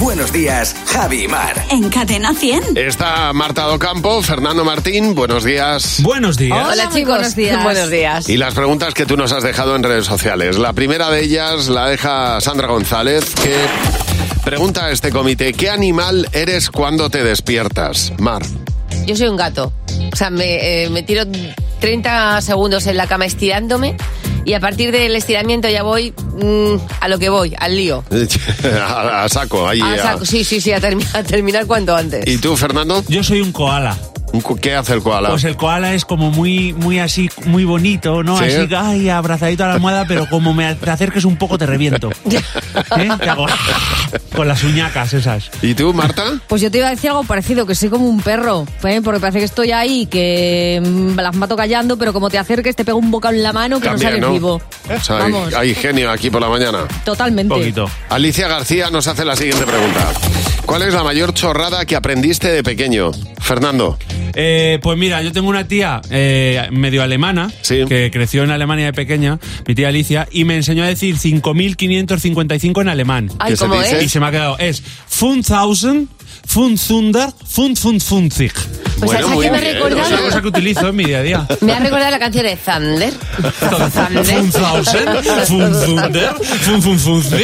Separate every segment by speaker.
Speaker 1: Buenos días, Javi y Mar.
Speaker 2: En Cadena 100.
Speaker 3: Está Marta Docampo, Fernando Martín, buenos días.
Speaker 4: Buenos días.
Speaker 5: Hola,
Speaker 6: muy
Speaker 5: chicos.
Speaker 6: buenos días.
Speaker 5: Buenos días.
Speaker 3: Y las preguntas que tú nos has dejado en redes sociales. La primera de ellas la deja Sandra González, que pregunta a este comité, ¿qué animal eres cuando te despiertas? Mar.
Speaker 6: Yo soy un gato. O sea, me, eh, me tiro 30 segundos en la cama estirándome y a partir del estiramiento ya voy mm, a lo que voy, al lío.
Speaker 3: a, a saco, ahí.
Speaker 6: A
Speaker 3: a-
Speaker 6: saco. Sí, sí, sí, a, termi- a terminar cuanto antes.
Speaker 3: ¿Y tú, Fernando?
Speaker 4: Yo soy un koala.
Speaker 3: ¿Un cu- ¿Qué hace el koala?
Speaker 4: Pues el koala es como muy, muy así, muy bonito, ¿no?
Speaker 3: Sí.
Speaker 4: Así, ay, abrazadito a la almohada, pero como me te acerques un poco te reviento. ¿Eh? Te hago con las uñacas esas.
Speaker 3: ¿Y tú, Marta?
Speaker 5: Pues yo te iba a decir algo parecido, que soy como un perro, ¿eh? porque parece que estoy ahí, que mm, me las mato callando, pero como te acerques te pego un bocado en la mano que no
Speaker 3: También,
Speaker 5: sales
Speaker 3: ¿no?
Speaker 5: vivo.
Speaker 3: O sea, hay,
Speaker 5: Vamos,
Speaker 3: hay genio aquí por la mañana.
Speaker 5: totalmente.
Speaker 4: Poquito.
Speaker 3: Alicia García nos hace la siguiente pregunta. ¿Cuál es la mayor chorrada que aprendiste de pequeño? Fernando.
Speaker 4: Eh, pues mira, yo tengo una tía eh, medio alemana
Speaker 3: Sí.
Speaker 4: que creció en Alemania de pequeña, mi tía Alicia, y me enseñó a decir 5.555 en alemán.
Speaker 6: Ay,
Speaker 3: ¿Qué se
Speaker 6: ¿cómo
Speaker 3: dice?
Speaker 4: Y
Speaker 6: es?
Speaker 4: se me ha quedado, es 5000, 5000, 5050.
Speaker 6: Pues
Speaker 3: Bueno,
Speaker 6: ¿sabes a
Speaker 3: muy
Speaker 6: qué me ha
Speaker 3: bien,
Speaker 4: Es una
Speaker 6: recordado?
Speaker 4: cosa que utilizo en mi día a día.
Speaker 6: Me ha recordado la canción de Thunder.
Speaker 4: Funzhausen, Funzunder, Funfunfunzin.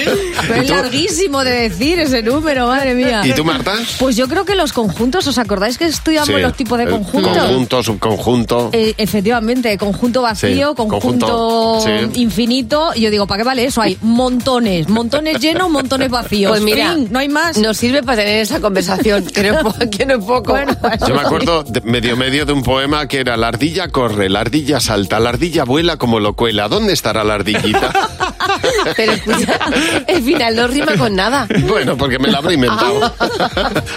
Speaker 5: Pero es larguísimo de decir ese número, madre mía.
Speaker 3: ¿Y tú, Marta?
Speaker 5: Pues yo creo que los conjuntos, ¿os acordáis que estudiamos
Speaker 3: Sí.
Speaker 5: los tipos de
Speaker 3: El
Speaker 5: conjuntos?
Speaker 3: Conjunto, subconjunto.
Speaker 5: Eh, efectivamente, conjunto vacío,
Speaker 3: Sí,
Speaker 5: conjunto,
Speaker 3: conjunto, sí.
Speaker 5: infinito. Y yo digo, ¿para qué vale eso? Hay montones, montones llenos, montones vacíos.
Speaker 6: Pues mira,
Speaker 5: Fin, no hay más.
Speaker 6: Nos sirve para tener esa conversación, que no es po- que no es poco.
Speaker 5: Bueno,
Speaker 3: Yo me acuerdo de- medio medio de un poema que era La ardilla corre, la ardilla salta, la ardilla vuela como lo cuela. ¿Dónde estará la ardillita?
Speaker 6: Pero escucha, el final no rima con nada.
Speaker 3: bueno, porque me la habré inventado.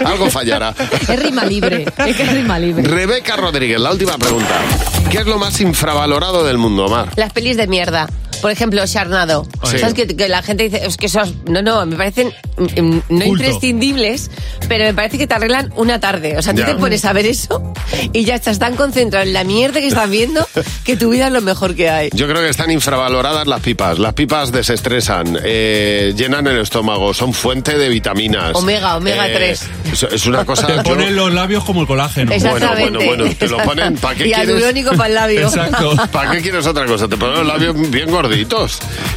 Speaker 3: Algo fallará.
Speaker 5: Ah. Es rima libre, es que es rima libre.
Speaker 3: Rebeca Rodríguez, la última pregunta. ¿Qué es lo más infravalorado del mundo, Mar?
Speaker 6: Las pelis de mierda. Por ejemplo, Charnado.
Speaker 3: Sí.
Speaker 6: ¿Sabes que, que la gente dice es que esos no no, me parecen mm, mm, no
Speaker 4: Culto.
Speaker 6: imprescindibles, pero me parece que te arreglan una tarde, o sea,
Speaker 3: Ya.
Speaker 6: tú te pones a ver eso y ya estás tan concentrado en la mierda que estás viendo que tu vida es lo mejor que hay.
Speaker 3: Yo creo que están infravaloradas las pipas. Las pipas desestresan, eh, llenan el estómago, son fuente de vitaminas. Eh,
Speaker 6: Omega, omega tres.
Speaker 3: Es, es una cosa...
Speaker 4: Te
Speaker 3: yo-
Speaker 4: ponen los labios como el colágeno.
Speaker 3: Esa-
Speaker 6: Exactamente.
Speaker 3: bueno, bueno, te lo ponen, ¿pa' qué
Speaker 6: Y
Speaker 3: quieres?
Speaker 6: alurónico para el labio.
Speaker 4: Exacto.
Speaker 3: ¿Para qué quieres otra cosa? Te ponen los labios bien gorditos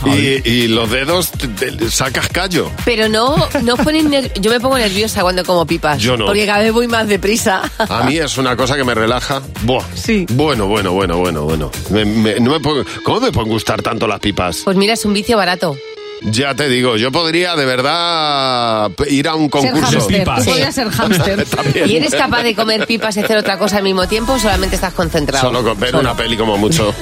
Speaker 3: y, y los dedos te- te- sacas callo.
Speaker 6: Pero no, no os ponen ner- yo me pongo nerviosa cuando como pipas.
Speaker 3: Yo no.
Speaker 6: Porque cada vez voy más deprisa.
Speaker 3: A mí es una cosa que me relaja. Buah.
Speaker 6: Sí.
Speaker 3: Bueno, bueno, bueno, bueno, bueno. Me- me- no me puedo- ¿Cómo me pueden gustar tanto las pipas?
Speaker 6: Pues mira, es un vicio barato.
Speaker 3: Ya te digo, yo podría de verdad ir a un
Speaker 5: Ser
Speaker 3: concurso.
Speaker 5: hámster.
Speaker 4: Pipas.
Speaker 5: Tú podrías ser hámster.
Speaker 3: También.
Speaker 6: ¿Y eres capaz de comer pipas y hacer otra cosa al mismo tiempo o solamente estás concentrado?
Speaker 3: Solo con ver una peli como mucho.